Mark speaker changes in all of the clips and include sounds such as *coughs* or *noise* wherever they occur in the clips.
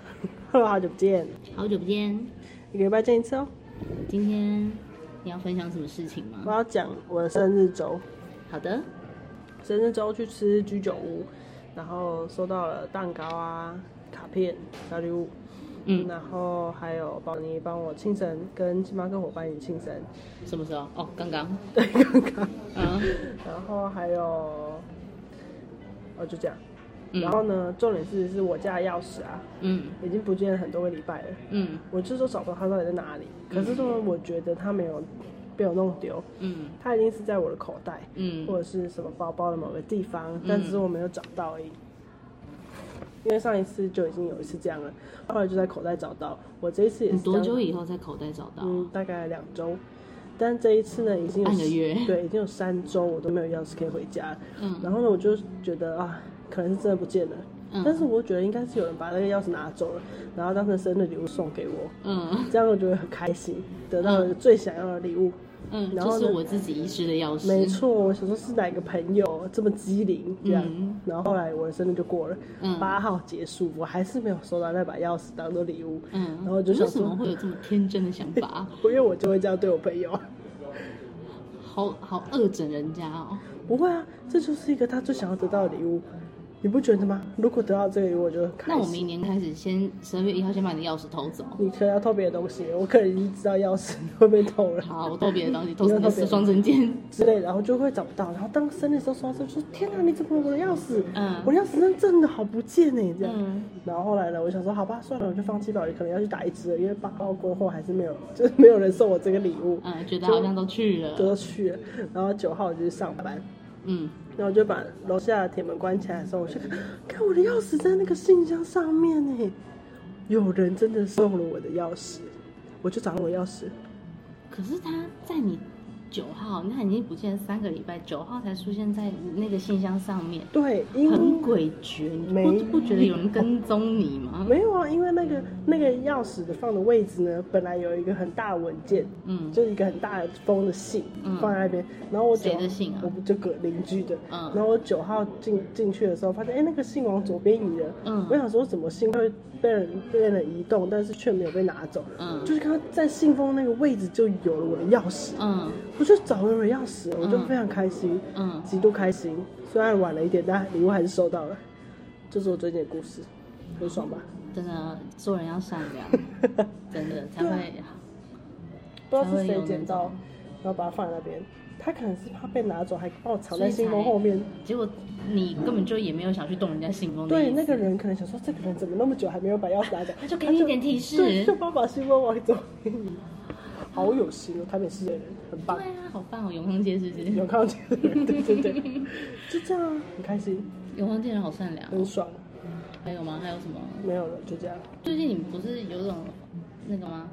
Speaker 1: *laughs* 好久不见，
Speaker 2: 好久不见，
Speaker 1: 一个礼拜见一次哦。
Speaker 2: 今天你要分享什么事情
Speaker 1: 我
Speaker 2: 吗？
Speaker 1: 要讲我的生日周，
Speaker 2: 好的，
Speaker 1: 生日周去吃居酒屋，然后收到了蛋糕啊、卡片、小礼物，
Speaker 2: 嗯，
Speaker 1: 然后还有宝妮帮我庆生，跟星巴克伙伴一起庆生，
Speaker 2: 什么时候？哦，刚刚，
Speaker 1: *laughs* 对，刚刚，
Speaker 2: 嗯
Speaker 1: 然后还有，哦，就这样。
Speaker 2: 嗯
Speaker 1: 然后呢，重点是是我家的钥匙啊，
Speaker 2: 嗯
Speaker 1: 已经不见了很多个礼拜了。
Speaker 2: 嗯
Speaker 1: 我就说找不到它到底在哪里，可是说我觉得它没有被我弄丢，
Speaker 2: 嗯
Speaker 1: 它一定是在我的口袋
Speaker 2: 嗯
Speaker 1: 或者是什么包包的某个地方，但只是我没有找到而已。因为上一次就已经有一次这样了，后来就在口袋找到。我这一次也是
Speaker 2: 你多
Speaker 1: 这样
Speaker 2: 久以后在口袋找到啊？
Speaker 1: 嗯，大概两周。但这一次呢，已经有
Speaker 2: 半个月
Speaker 1: 对，已经有三周我都没有钥匙可以回家。
Speaker 2: 嗯
Speaker 1: 然后呢，我就觉得啊，可能是真的不见了。
Speaker 2: 嗯
Speaker 1: 但是我觉得应该是有人把那个钥匙拿走了，然后当成生日礼物送给我。
Speaker 2: 嗯
Speaker 1: 这样我觉得很开心，得到了最想要的礼物。
Speaker 2: 嗯，
Speaker 1: 然后
Speaker 2: 这
Speaker 1: 呢
Speaker 2: 是我自己遗失的钥匙。
Speaker 1: 没错，我想说是哪个朋友这么机灵这样，
Speaker 2: 嗯
Speaker 1: 然后后来我的生日就过了，
Speaker 2: 嗯
Speaker 1: 八、号结束，我还是没有收到那把钥匙当做礼物，
Speaker 2: 嗯，
Speaker 1: 然后我就
Speaker 2: 为
Speaker 1: 想
Speaker 2: 什么
Speaker 1: 说，
Speaker 2: 会有这么天真的想
Speaker 1: *laughs*
Speaker 2: 法？
Speaker 1: 因为我就会这样对我朋友啊， *laughs*
Speaker 2: 好好恶整人家哦。
Speaker 1: 不会啊，这就是一个他最想要得到的礼物，你不觉得吗？如果得到这个礼物，我就很开
Speaker 2: 那我
Speaker 1: 心。
Speaker 2: 明年开始先十二月一号先把你的钥匙偷走。
Speaker 1: 你可能要偷别的东西，我可能已经知道钥匙会被偷了。
Speaker 2: 好，我偷
Speaker 1: *laughs*
Speaker 2: 别的东西，偷你的私装证件。
Speaker 1: 之类的，然后就会找不到。然后当生日的时候收到之后，说天哪，你怎么有我的钥匙？
Speaker 2: 嗯
Speaker 1: 我的钥匙真的真的好不见呢、这样。
Speaker 2: 嗯
Speaker 1: 然后后来呢，我想说好吧，算了，我就放弃吧，我可能要去打一只了，因为八号过后还是没有，就是没有人送我这个礼物，
Speaker 2: 嗯，觉得好像都去了。
Speaker 1: 得去了。然后九号我就去上班，
Speaker 2: 嗯
Speaker 1: 然后我就把楼下的铁门关起来的时候，我就看，看我的钥匙在那个信箱上面呢、有人真的送了我的钥匙，我就找我钥匙。
Speaker 2: 可是他在你九号，那已经不见三个礼拜，九号才出现在那个信箱上面，
Speaker 1: 对，因为
Speaker 2: 很诡谲，
Speaker 1: 没
Speaker 2: 你不不觉得有人跟踪你吗？
Speaker 1: 没有啊，因为那个那个钥匙的放的位置呢，本来有一个很大的文件，
Speaker 2: 嗯
Speaker 1: 就是一个很大的封的信、
Speaker 2: 嗯
Speaker 1: 放在那边。然后我
Speaker 2: 谁
Speaker 1: 九
Speaker 2: 的信啊
Speaker 1: 我们就隔邻居的。
Speaker 2: 嗯
Speaker 1: 然后我九号进进去的时候，发现哎、那个信往左边移了。
Speaker 2: 嗯
Speaker 1: 我想说怎么信会被人被人移动，但是却没有被拿走。
Speaker 2: 嗯
Speaker 1: 就是看到在信封那个位置就有了我的钥匙，
Speaker 2: 嗯
Speaker 1: 我就找了我的钥匙，我就
Speaker 2: 嗯
Speaker 1: 非常开心，
Speaker 2: 嗯，
Speaker 1: 极度开心。虽然晚了一点，但礼物还是收到了。这是我最近的故事，很爽吧？
Speaker 2: 真的做人要善良，
Speaker 1: *laughs*
Speaker 2: 真的才会。
Speaker 1: 不知道是谁捡到，然后把它放在那边。他可能是怕被拿走，还把我藏在信封后面。
Speaker 2: 结果你根本就也没有想去动人家信封的意
Speaker 1: 对，
Speaker 2: 思
Speaker 1: 那个人可能想说，这个人怎么那么久还没有把钥匙
Speaker 2: *laughs*
Speaker 1: 拿走？
Speaker 2: 他就给你一点提示
Speaker 1: 对就帮我把信封往左边移。 *laughs* 好有心哦，台北市的人很棒，
Speaker 2: 对啊，好棒哦，永康街是不
Speaker 1: 有
Speaker 2: 是？
Speaker 1: 看到这个人，对对对，就这样啊，很开心，
Speaker 2: 永康街人好善良
Speaker 1: 很
Speaker 2: 哦。
Speaker 1: 爽，
Speaker 2: 还有吗？还有什么？
Speaker 1: 没有了，就这样，
Speaker 2: 最近你们不是有种那个吗？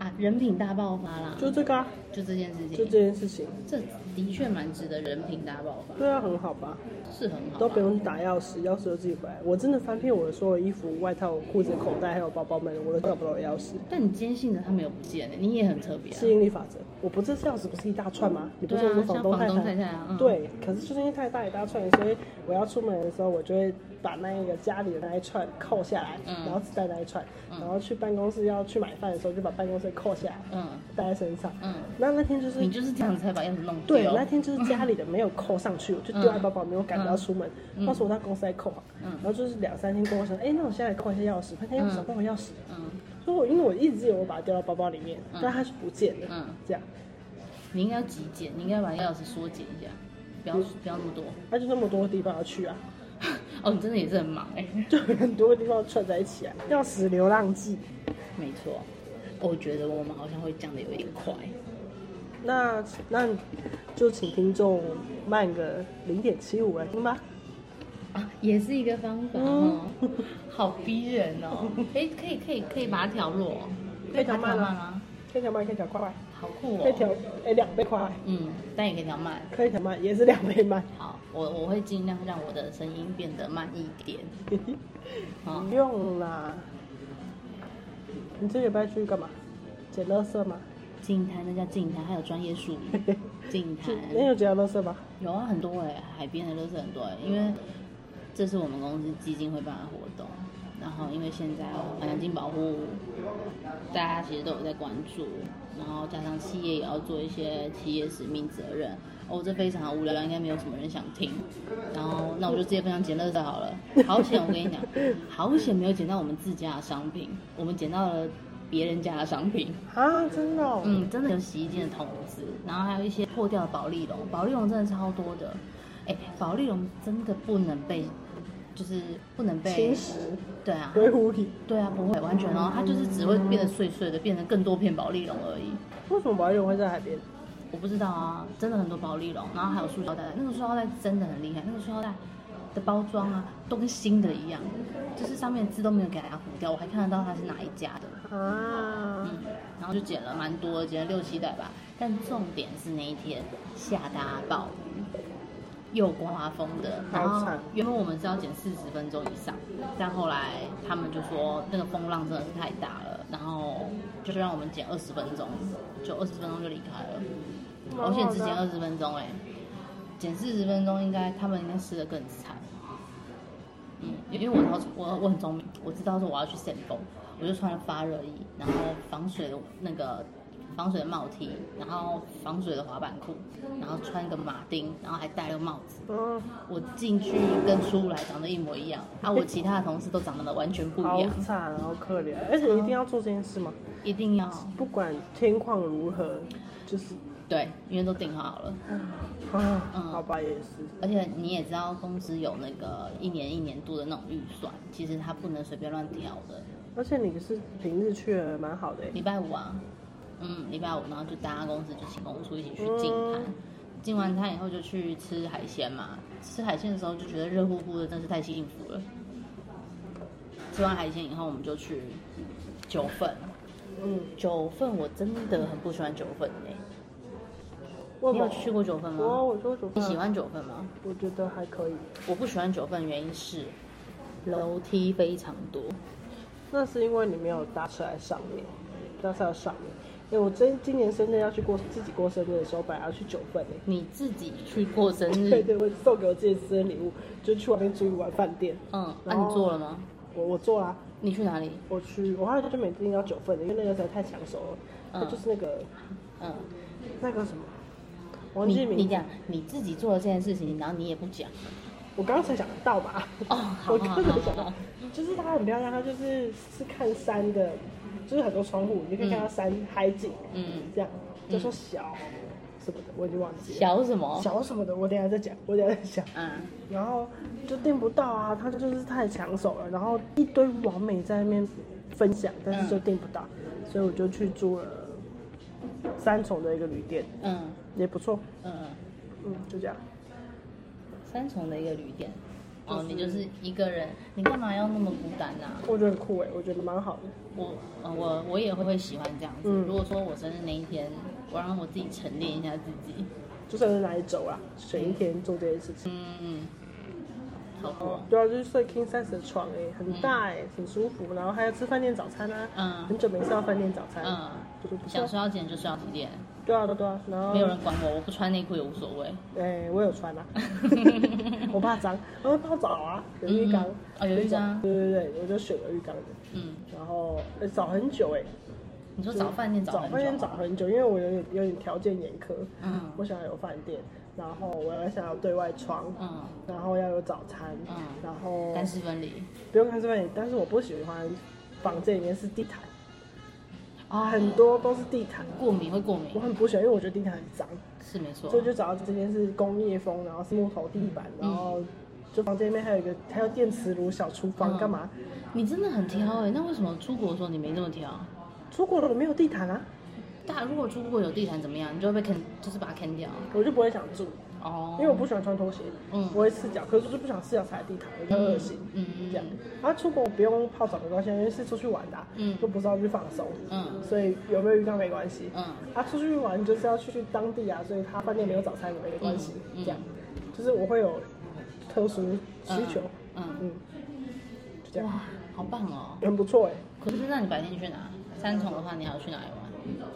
Speaker 2: 啊，人品大爆发啦！
Speaker 1: 就这个、啊，
Speaker 2: 就这件事
Speaker 1: 就
Speaker 2: 情，
Speaker 1: 这件事情，
Speaker 2: 这的确蛮值得人品大爆发，
Speaker 1: 对啊，很好吧，
Speaker 2: 是很好啊。
Speaker 1: 都不用去打钥匙，钥匙就自己回来。我真的翻遍我的所有衣服、外套、裤子、口袋还有包包们，我都找不到我的钥匙。
Speaker 2: 但你坚信着他没有不见、欸，你也很特别、啊。
Speaker 1: 吸引力法则。我不是钥匙不是一大串吗？你不
Speaker 2: 对
Speaker 1: 是我
Speaker 2: 啊，
Speaker 1: 们
Speaker 2: 像
Speaker 1: 房
Speaker 2: 房
Speaker 1: 东太
Speaker 2: 东太
Speaker 1: 太？
Speaker 2: 太啊，嗯，
Speaker 1: 对，可是就是因为太大一大串，所以我要出门的时候，我就会把那一个家里的那一串扣下来，
Speaker 2: 嗯
Speaker 1: 然后只带那一串，然后去办公室要去买饭的时候，就把办公室扣下来，
Speaker 2: 嗯
Speaker 1: 带在身上。
Speaker 2: 嗯，
Speaker 1: 那那天就是
Speaker 2: 你就是这样子才把样子弄丢。
Speaker 1: 对，那天
Speaker 2: 哦
Speaker 1: 就是家里的没有扣上去，我就丢在包
Speaker 2: 嗯
Speaker 1: 包，没有赶着要出门。那时候我到公司再扣啊，然后就是两三天过后，我想，哎、那我现在扣一下钥匙，发现哎我找不到我钥匙，
Speaker 2: 嗯，
Speaker 1: 所以我因为我一直以为我把它丢到包包里面，但它是不见的，
Speaker 2: 嗯
Speaker 1: 这样。
Speaker 2: 你应该要极简，你应该把钥匙缩减一下，不
Speaker 1: 嗯
Speaker 2: 要不要那么多。 *laughs*
Speaker 1: 那就那么多地方要去啊，
Speaker 2: 哦，你真的也是很忙哎、
Speaker 1: 就有很多地方串在一起啊。钥匙流浪记，
Speaker 2: 没错，我觉得我们好像会讲的有点快。
Speaker 1: 那那就请听众慢个零点七五来听吧。
Speaker 2: 啊，也是一个方法
Speaker 1: 嗯
Speaker 2: 哦，好逼人哦！可以可以可以可以把它调弱哦，
Speaker 1: 可以调慢啊
Speaker 2: 吗？
Speaker 1: 可以调慢，可以调快，
Speaker 2: 好酷
Speaker 1: 可以
Speaker 2: 哦！
Speaker 1: 调哎两倍快，
Speaker 2: 嗯，但也可以调慢。
Speaker 1: 可以调慢也是两倍慢。
Speaker 2: 好，我我会尽量让我的声音变得慢一点。好
Speaker 1: 不，用啦。你这礼拜去干嘛？捡垃圾吗？
Speaker 2: 净滩那叫净滩，还有专业术语。
Speaker 1: 哎
Speaker 2: 净滩
Speaker 1: 你有捡到垃圾吗？
Speaker 2: 有啊，很欸啊多哎、海边的都是很多哎、因为这是我们公司基金会办的活动，然后因为现在环境保护，大家其实都有在关注，然后加上企业也要做一些企业使命责任。哦，这非常无聊，应该没有什么人想听。然后那我就直接分享捡乐的好了。好险，我跟你讲，好险没有捡到我们自家的商品，我们捡到了别人家的商品。
Speaker 1: 啊，真的、哦，
Speaker 2: 嗯，真的有洗衣机的桶子，然后还有一些破掉的保丽龙，保丽龙真的超多的。哎，保丽龙真的不能被，就是不能被
Speaker 1: 侵，蚀
Speaker 2: 对啊，
Speaker 1: 维护你。
Speaker 2: 对啊，不会完全哦，它就是只会变得碎碎的，变成更多片保丽龙而已。
Speaker 1: 为什么保育会在海边？
Speaker 2: 我不知道啊，真的很多保丽龙，然后还有塑胶袋，那个塑胶袋真的很厉害，那个塑胶袋的包装啊，都跟新的一样，就是上面的字都没有给它糊掉，我还看得到它是哪一家的。
Speaker 1: 啊，
Speaker 2: 嗯，然后就捡了蛮多，捡了六七袋吧。但重点是那一天下大暴雨，又刮风的。然
Speaker 1: 好
Speaker 2: 后
Speaker 1: 惨
Speaker 2: 原本我们是要捡四十分钟以上，但后来他们就说那个风浪真的是太大了，然后就是让我们捡二十分钟，就二十分钟就离开了。
Speaker 1: 蛮好
Speaker 2: 而
Speaker 1: 的啊
Speaker 2: 且只捡二十分钟哎、捡四十分钟应该他们应该吃的更惨。嗯，因为我超我我很聪明，我知道说我要去扇风，我就穿了发热衣，然后防水的那个防水的帽 T，然后防水的滑板裤，然后穿一个马丁，然后还戴了帽子。
Speaker 1: 嗯，
Speaker 2: 我进去跟出来长得一模一样，啊，我其他的同事都长得完全不一
Speaker 1: 好
Speaker 2: 样，
Speaker 1: 惨，啊好可怜，而且一定要做这件事吗？
Speaker 2: 一定要
Speaker 1: 不管天况如何，就是
Speaker 2: 对，因为都定好了。
Speaker 1: 啊，
Speaker 2: 嗯
Speaker 1: 好吧，也是，
Speaker 2: 而且你也知道，公司有那个一年一年度的那种预算，其实它不能随便乱调的。
Speaker 1: 而且你是平日去的，蛮好的欸。
Speaker 2: 礼拜五啊，嗯，礼拜五，然后就大家公司就请公出一起去进摊，进完摊以后就去吃海鲜嘛。吃海鲜的时候就觉得热乎乎的，真是太幸福了。吃完海鲜以后，我们就去九份。
Speaker 1: 嗯，
Speaker 2: 九份我真的很不喜欢九份哎、
Speaker 1: 我
Speaker 2: 你有去过九份
Speaker 1: 我
Speaker 2: 吗？
Speaker 1: 我说什么？
Speaker 2: 你喜？欢九份吗？
Speaker 1: 我觉得还可以。
Speaker 2: 我不喜欢九份原因是楼梯非常多。
Speaker 1: 那是因为你没有搭车来上面，搭车来上面。哎、我真今年生日要去过自己过生日的时候，本来要去九份诶、
Speaker 2: 你自己去过生
Speaker 1: *laughs* 对
Speaker 2: 日，
Speaker 1: 对，我送给我自己生日礼物，就去外面住一晚饭店。
Speaker 2: 嗯，那、
Speaker 1: 然后
Speaker 2: 你做了吗？
Speaker 1: 我我做啦、
Speaker 2: 你去哪里？
Speaker 1: 我去，我后来就每次定到九份的，因为那个实在太抢手了。
Speaker 2: 嗯
Speaker 1: 它就是那个
Speaker 2: 嗯，
Speaker 1: 那个什么，王
Speaker 2: 你
Speaker 1: 记
Speaker 2: 你
Speaker 1: 明，
Speaker 2: 讲你自己做了这件事情，然后你也不讲，
Speaker 1: 我刚刚才讲得到吧？
Speaker 2: 哦，
Speaker 1: *laughs*
Speaker 2: 好
Speaker 1: 我
Speaker 2: 好
Speaker 1: 刚
Speaker 2: 好
Speaker 1: 才
Speaker 2: 好
Speaker 1: 讲
Speaker 2: 好
Speaker 1: 到，，就是它很漂亮，它就是是看山的，就是很多窗户，你就可以看到山、海景，
Speaker 2: 嗯，
Speaker 1: 这样就说小、什么的，我已经忘记了。
Speaker 2: 小什么？
Speaker 1: 小什么的，我等一下再讲，我等一下再讲。
Speaker 2: 嗯，
Speaker 1: 然后就订不到啊，他就是太抢手了，然后一堆网美在那边分享，但是就订不到，所以我就去住了三重的一个旅店，
Speaker 2: 嗯
Speaker 1: 也不错，
Speaker 2: 嗯嗯，
Speaker 1: 嗯，就这样。
Speaker 2: 三重的一个旅店。哦，
Speaker 1: 就是
Speaker 2: 你就是一个人，你干嘛要那么孤单呐、
Speaker 1: 我觉得很酷哎、我觉得蛮好的。
Speaker 2: 我，呃，我我也会会喜欢这样子。
Speaker 1: 嗯
Speaker 2: 如果说我生日那一天，我让我自己沉淀一下自己，
Speaker 1: 就是哪里走啊，选一天做这件事情。
Speaker 2: 嗯，好酷、
Speaker 1: 哦
Speaker 2: 哦，
Speaker 1: 对啊，就是睡 king size 的床哎、很大哎、很舒服，然后还要吃饭店早餐啊，
Speaker 2: 嗯
Speaker 1: 很久没吃到饭店早餐，
Speaker 2: 嗯，
Speaker 1: 就不
Speaker 2: 想
Speaker 1: 错。
Speaker 2: 睡到几点就睡到几点，
Speaker 1: 对啊，对啊，然后
Speaker 2: 没有人管我，我不穿内裤也无所谓。
Speaker 1: 哎、我有
Speaker 2: *laughs*
Speaker 1: 穿啊，我怕脏，我会泡澡啊，有浴缸，
Speaker 2: 嗯哦有浴缸
Speaker 1: 对对对，我就选了浴缸的，
Speaker 2: 嗯，
Speaker 1: 然后、呃找很久哎、
Speaker 2: 你说找饭店找
Speaker 1: 找
Speaker 2: 很
Speaker 1: 饭店
Speaker 2: 久
Speaker 1: 找
Speaker 2: 啊，
Speaker 1: 很久，因为我有点有点条件严苛，
Speaker 2: 嗯
Speaker 1: 我想要有饭店，然后我要想要对外窗，
Speaker 2: 嗯
Speaker 1: 然后要有早餐，
Speaker 2: 嗯
Speaker 1: 然后
Speaker 2: 干湿分离，
Speaker 1: 不用看这边，但是我不喜欢房间里面是地毯，
Speaker 2: 哦
Speaker 1: 很多都是地毯，
Speaker 2: 过敏会过
Speaker 1: 我
Speaker 2: 敏，
Speaker 1: 很不喜欢，因为我觉得地毯很脏。
Speaker 2: 是没错
Speaker 1: 所，以就找到这间是工业风，然后是木头地板，然后就房间里面还有一个还有电磁炉小厨
Speaker 2: 嗯
Speaker 1: 房，干嘛？
Speaker 2: 你真的很挑哎，那为什么出国的时候你没这么挑？
Speaker 1: 出国了没有地毯啊，
Speaker 2: 大如果出国有地毯怎么样？你就会被坑，就是把它坑掉
Speaker 1: 我就不会想住，
Speaker 2: 哦
Speaker 1: 因，为我不喜欢穿拖鞋，
Speaker 2: 嗯
Speaker 1: 我会赤脚，可是我就不想赤脚踩地毯，我觉得恶心。
Speaker 2: 嗯
Speaker 1: 这样
Speaker 2: 嗯，
Speaker 1: 然后出国不用泡澡没关系，因为是出去玩的啊、
Speaker 2: 嗯
Speaker 1: 又不是要去放松，
Speaker 2: 嗯
Speaker 1: 所以有没有浴缸没关系。
Speaker 2: 嗯
Speaker 1: 啊，出去玩就是要去当地啊，所以他饭店没有早餐也没关系，
Speaker 2: 嗯嗯
Speaker 1: 这样，就是我会有特殊需求，
Speaker 2: 嗯，
Speaker 1: 嗯，就这样，
Speaker 2: 哇，好棒哦！
Speaker 1: 很不错哎、
Speaker 2: 可是那你白天去哪？三重的话，你还要去哪里玩？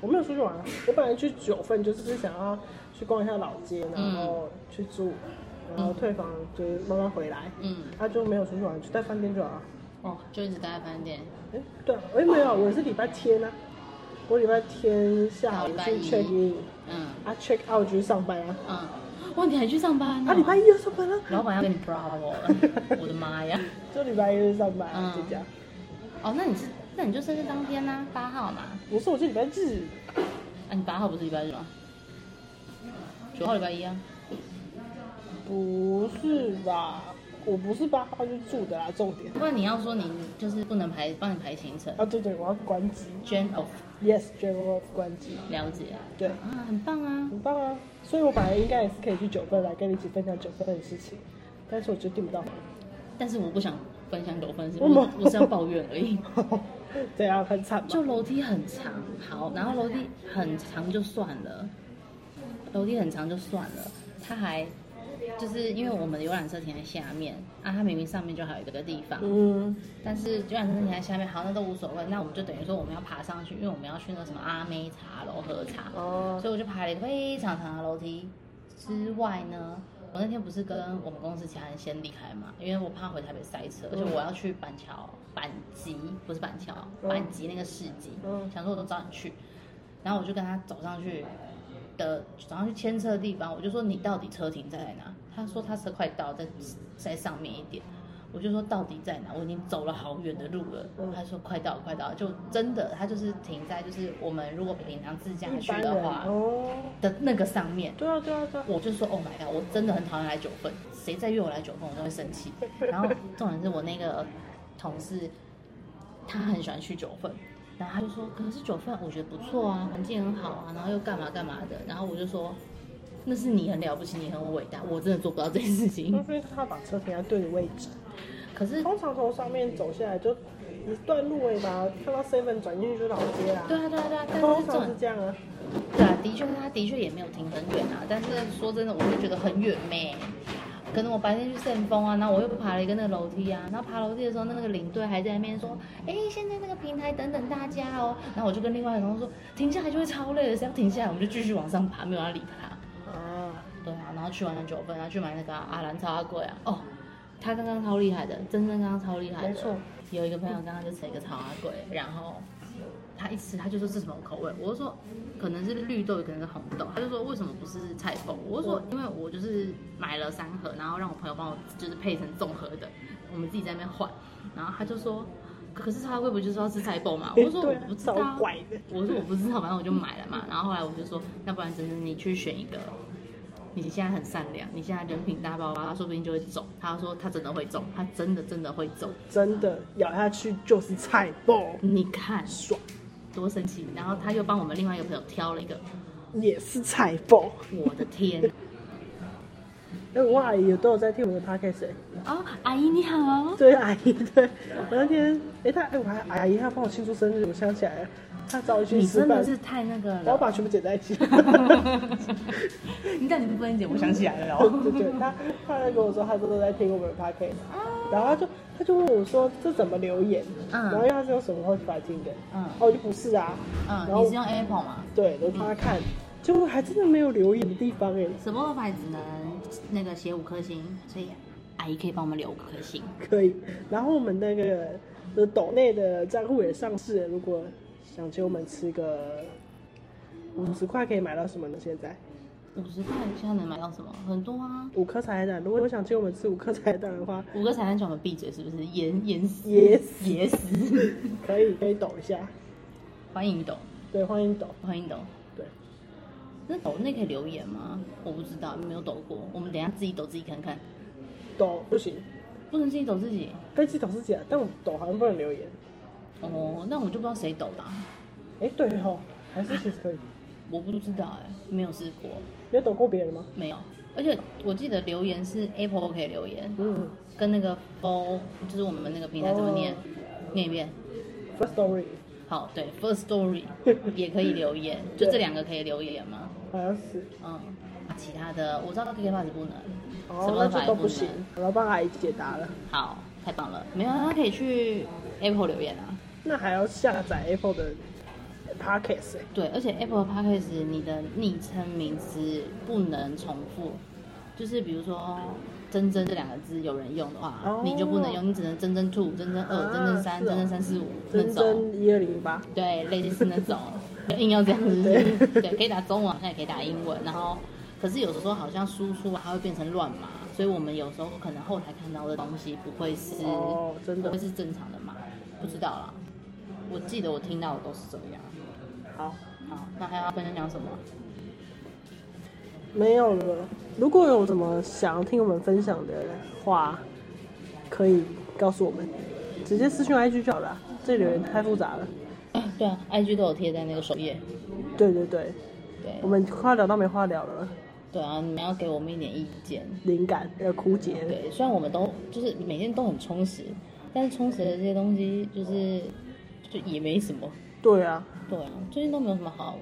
Speaker 1: 我没有出去玩
Speaker 2: 嗯
Speaker 1: 啊，我本来去九份就是想要去逛一下老街，然后去住然后退房就是慢慢回来，
Speaker 2: 嗯，
Speaker 1: 他、就没有出去玩，就在饭店就好了。
Speaker 2: 哦，就一直待在饭店，
Speaker 1: 哎，对啊，哎没有，我是礼拜天啊，我礼拜天下午
Speaker 2: 哦礼拜
Speaker 1: 去
Speaker 2: 一
Speaker 1: check in，
Speaker 2: 嗯
Speaker 1: 啊 check out 就是上班啊，
Speaker 2: 嗯，哇，你还去上班、哦？
Speaker 1: 啊礼拜一就上班了、
Speaker 2: 老板要跟你
Speaker 1: *laughs*
Speaker 2: bravo 了，我的妈呀！
Speaker 1: 就礼拜一就上班、啊，
Speaker 2: 嗯
Speaker 1: 就这样。
Speaker 2: 哦，那你是那你就生日当天呐、八号嘛。
Speaker 1: 不是，我是礼拜日，
Speaker 2: 啊，你八号不是礼拜日吗？九号礼拜一啊。
Speaker 1: 不是吧？我不是八号就住的啦，重点。
Speaker 2: 不然你要说你就是不能排，帮你排行程。
Speaker 1: 啊对对，我要关机
Speaker 2: Jane of
Speaker 1: ，yes，全部关机，
Speaker 2: 了解
Speaker 1: 对，
Speaker 2: 啊，很棒啊。
Speaker 1: 很棒啊。所以我本来应该也是可以去九份来跟你一起分享九份的事情，但是我就订不到房。
Speaker 2: 但是我不想分享九分，是
Speaker 1: 为什
Speaker 2: 我
Speaker 1: 么
Speaker 2: 我是要抱怨而已。 *laughs*
Speaker 1: *laughs* 对啊，很惨嘛。
Speaker 2: 就楼梯很长，好，然后楼梯很长就算了，楼梯很长就算了，它还就是因为我们的游览车停在下面啊，它明明上面就还有一个地方，
Speaker 1: 嗯，
Speaker 2: 但是游览车停在下面，好，那都无所谓，那我们就等于说我们要爬上去，因为我们要去那个什么阿妹茶楼喝茶，
Speaker 1: 哦，
Speaker 2: 所以我就爬了一个非常长的楼梯。之外呢，我那天不是跟我们公司其他人先离开嘛，因为我怕回台北塞车，而且我要去板桥、板集，不是板桥，
Speaker 1: 嗯
Speaker 2: 板集那个市集，
Speaker 1: 嗯
Speaker 2: 想说我都找你去，然后我就跟他走上去的，早上去牵车的地方，我就说你到底车停在哪？他说他车快到，在在上面一点。我就说到底在哪？我已经走了好远的路了。
Speaker 1: 嗯
Speaker 2: 他说快到了快到了，就真的，他就是停在就是我们如果平常自驾
Speaker 1: 一
Speaker 2: 去
Speaker 1: 般
Speaker 2: 的
Speaker 1: 人
Speaker 2: 话，
Speaker 1: 哦，
Speaker 2: 的那个上面，
Speaker 1: 对啊，对啊，对啊，
Speaker 2: 我就说 Oh my god，我真的很讨厌来九份，谁再约我来九份，我都会
Speaker 1: *laughs*
Speaker 2: 生气。然后重点是我那个同事，他很喜欢去九份，然后他就说，可是九份我觉得不错啊，环境很好啊，然后又干嘛干嘛的，然后我就说，那是你很了不起，你很伟大，我真的做不到这件事
Speaker 1: 除
Speaker 2: 情。
Speaker 1: 非他把车停在对的位置。
Speaker 2: 可是
Speaker 1: 通常从上面走下来就一段路尾吧，看到 seven 转进去就老街啦。
Speaker 2: 对啊对啊对啊，但
Speaker 1: 通
Speaker 2: 是
Speaker 1: 常
Speaker 2: 重
Speaker 1: 是这样啊。
Speaker 2: 对啊，的确，他的确也没有停很远啊。但是说真的，我就觉得很远咩。可能我白天去圣峰啊，然后我又爬了一个那个楼梯啊，然后爬楼梯的时候，那个领队还在那边说：“哎，现在那个平台等等大家哦。”然后我就跟另外一个同事说：“停下来就会超累的，谁要停下来，我们就继续往上爬，没有人要理他。”
Speaker 1: 啊，
Speaker 2: 对啊，然后去完了九份，然后去买那个阿兰超阿贵啊，哦，他刚刚超厉害的，真真刚刚超厉害的，
Speaker 1: 没错。
Speaker 2: 有一个朋友刚刚就吃了一个超阿贵，然后他一吃他就说这是什么口味，我就说可能是绿豆，可能是红豆，他就说为什么不是菜包？我就说
Speaker 1: 嗯
Speaker 2: 因为我就是买了三盒，然后让我朋友帮我就是配成综合的，我们自己在那边换，然后他就说。可可是超阿贵不就是要吃菜包
Speaker 1: *laughs*
Speaker 2: 嘛？我就说我
Speaker 1: 对啊
Speaker 2: 不知道
Speaker 1: 超
Speaker 2: 啊，
Speaker 1: 怪的。
Speaker 2: 我说我不知道，反正我就买了嘛。然后后来我就说，那不然真真你去选一个，你现在很善良，你现在人品大爆发，说不定就会中。他说他真的会中，他真的真的会中。
Speaker 1: 真的咬下去就是菜包，
Speaker 2: 你看
Speaker 1: 爽，
Speaker 2: 多神奇！然后他又帮我们另外一个朋友挑了一个，
Speaker 1: 也是菜包。
Speaker 2: 我的天！
Speaker 1: 哎，我阿姨也都有在听我们的 podcast 哎、
Speaker 2: 哦，阿姨你好，
Speaker 1: *laughs* 对阿姨，对，我那天哎、她哎、我还阿姨她帮我庆祝生日，我想起来了，她找我去
Speaker 2: 你
Speaker 1: 吃
Speaker 2: 真
Speaker 1: 饭
Speaker 2: 的，是太那个
Speaker 1: 我要
Speaker 2: 了。
Speaker 1: 把全部剪在一
Speaker 2: *laughs*
Speaker 1: 起。
Speaker 2: 你但你不分解，我想起来了哦。
Speaker 1: 对对，他他在跟我说，他真的在听我们的 podcast，然后他就他就问我说这怎么留言，
Speaker 2: 哦嗯
Speaker 1: 然后因为他是用什么方法听的，
Speaker 2: 嗯
Speaker 1: 然后我就不是啊，然
Speaker 2: 嗯，
Speaker 1: 后
Speaker 2: 你是用 Apple 吗？
Speaker 1: 对，我就帮他看，结果还真的没有留言的地方哎，
Speaker 2: 什么牌只能那个写五颗星，所以阿姨可以帮我们留五颗星。
Speaker 1: *laughs* 可以，然后我们那个的抖内的账户也上市了，如果想请我们吃个五十块可以买到什么呢？现在
Speaker 2: 五十块现在能买到什么？很多啊。
Speaker 1: 五颗彩蛋，如果想请我们吃五颗彩蛋的话，
Speaker 2: 五个彩蛋叫我们闭嘴，是不是？严严死，
Speaker 1: Yes
Speaker 2: 严死！
Speaker 1: 可以可以抖一下，
Speaker 2: 欢迎抖，
Speaker 1: 对，欢迎抖，
Speaker 2: 欢迎抖。
Speaker 1: 对，
Speaker 2: 那抖那可以留言吗？我不知道，没有抖过。我们等一下自己抖自己看看，
Speaker 1: 抖不行。
Speaker 2: 不能自己抖自己。
Speaker 1: 可以自己抖自己啊，但我抖好像不能留言。
Speaker 2: 哦，那我就不知道谁抖啦、
Speaker 1: 哎、对哦，还是其实可以。
Speaker 2: 我不知道哎、没有试过，
Speaker 1: 你有抖过别人吗？
Speaker 2: 没有。而且我记得留言是 Apple 可以留言，
Speaker 1: 嗯
Speaker 2: 跟那个 Fo 就是我们那个平台怎么念
Speaker 1: 哦
Speaker 2: 念一遍。
Speaker 1: ，First Story
Speaker 2: 好，对，First Story 也可以留言，就这两个可以留言吗？
Speaker 1: 好像是，
Speaker 2: 嗯，其他的我知道 KK Bus 不能，
Speaker 1: 哦
Speaker 2: 什，么
Speaker 1: 那就
Speaker 2: 牌
Speaker 1: 都
Speaker 2: 不
Speaker 1: 不
Speaker 2: 能
Speaker 1: 行。我要帮阿姨解答了。
Speaker 2: 好，太棒了，没有，他可以去 Apple 留言啊。
Speaker 1: 那还要下载 Apple 的 Podcast 哎、
Speaker 2: 对，而且 Apple Podcast 你的昵称名字不能重复，就是比如说“真真”这两个字有人用的话，
Speaker 1: 哦
Speaker 2: 你就不能用，你只能“真真 two”、“真真二”、“
Speaker 1: 啊
Speaker 2: 真真三”、
Speaker 1: 是哦
Speaker 2: “真真三四五”那
Speaker 1: 真
Speaker 2: 种，
Speaker 1: 真一二零零八，
Speaker 2: 对，类似那种，硬要这样子，
Speaker 1: 对
Speaker 2: 对，可以打中文，那也可以打英文，然后可是有时候好像输出还会变成乱码，所以我们有时候可能后台看到的东西不会是
Speaker 1: 哦真的
Speaker 2: 不会是正常的码，不知道啦。我记得我听到的都是这样。
Speaker 1: 好，
Speaker 2: 好，那还要分享什么？ *coughs*
Speaker 1: 没有了。如果有什么想要听我们分享的话，可以告诉我们，直接私信 IG 就好了啊，这留言太复杂了。
Speaker 2: 啊对啊，IG 都有贴在那个首页。
Speaker 1: 对对对，
Speaker 2: 对
Speaker 1: 我，们快聊到没话聊了，
Speaker 2: 对啊，你们要给我们一点意见。
Speaker 1: 灵感呃枯竭，
Speaker 2: 对，虽然我们都就是每天都很充实，但是充实的这些东西就是就也没什么。
Speaker 1: 对啊，
Speaker 2: 对啊，最近都没有什么好，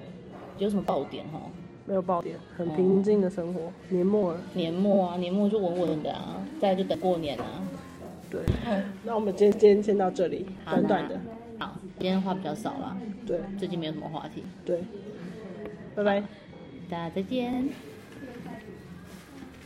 Speaker 2: 有什么爆点哈？
Speaker 1: 没有爆点，很平静的生活，年末了，
Speaker 2: 年末啊，年末就稳稳的啊，再来就等过年啊。
Speaker 1: 对。那我们今天今天先到这里，
Speaker 2: 嗯好
Speaker 1: 短短的，。
Speaker 2: 那好，今天话比较少啦，
Speaker 1: 对
Speaker 2: 最近没有什么话题，
Speaker 1: 对，拜拜。
Speaker 2: 大家再见。